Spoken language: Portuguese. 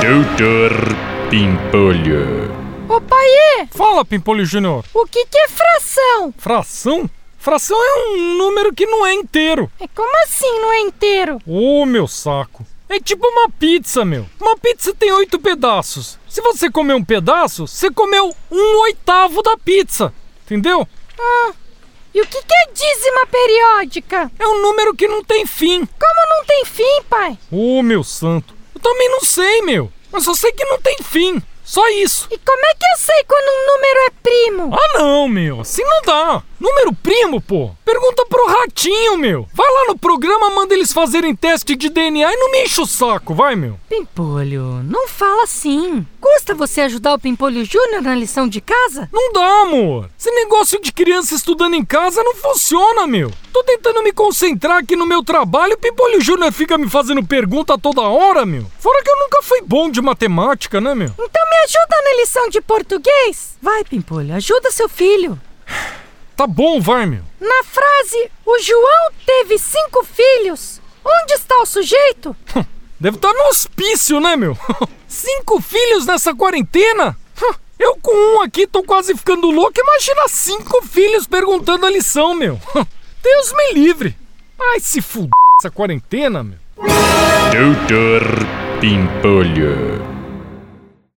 Doutor Pimpolho. Ô paiê, Fala, Pimpolho Júnior. o que que é fração? Fração? Fração é um número que não é inteiro. É como assim não é inteiro? Ô, meu saco. É tipo uma pizza, meu. Uma pizza tem oito pedaços. Se você comer um pedaço, você comeu um oitavo da pizza. Entendeu? E o que que é dízima periódica? É um número que não tem fim. Como não tem fim, pai? Ô, meu santo. Eu também não sei, meu. Eu só sei que não tem fim. Só isso. E como é que eu sei quando um número é primo? Ah não, meu, assim não dá. Número primo, pô. Pergunta pro ratinho, meu. Vai lá no programa, manda eles fazerem teste de DNA e não me enche o saco, vai, meu. Pimpolho, não fala assim. Custa você ajudar o Pimpolho Júnior na lição de casa? Não dá, amor. Esse negócio de criança estudando em casa não funciona, meu. Tô tentando me concentrar aqui no meu trabalho e o Pimpolho Júnior fica me fazendo pergunta toda hora, meu. Fora que eu nunca fui bom de matemática, né, meu? Então me ajuda na lição de português. Vai, Pimpolho, ajuda seu filho. Tá bom, vai, meu. Na frase, o João teve cinco filhos. Onde está o sujeito? Deve estar no hospício, né, meu? Cinco filhos nessa quarentena? Hã, Eu com um aqui tô quase ficando louco. Imagina cinco filhos perguntando a lição, meu. Hã, Deus me livre. Ai, se fuder essa quarentena, meu. Doutor Pimpolho.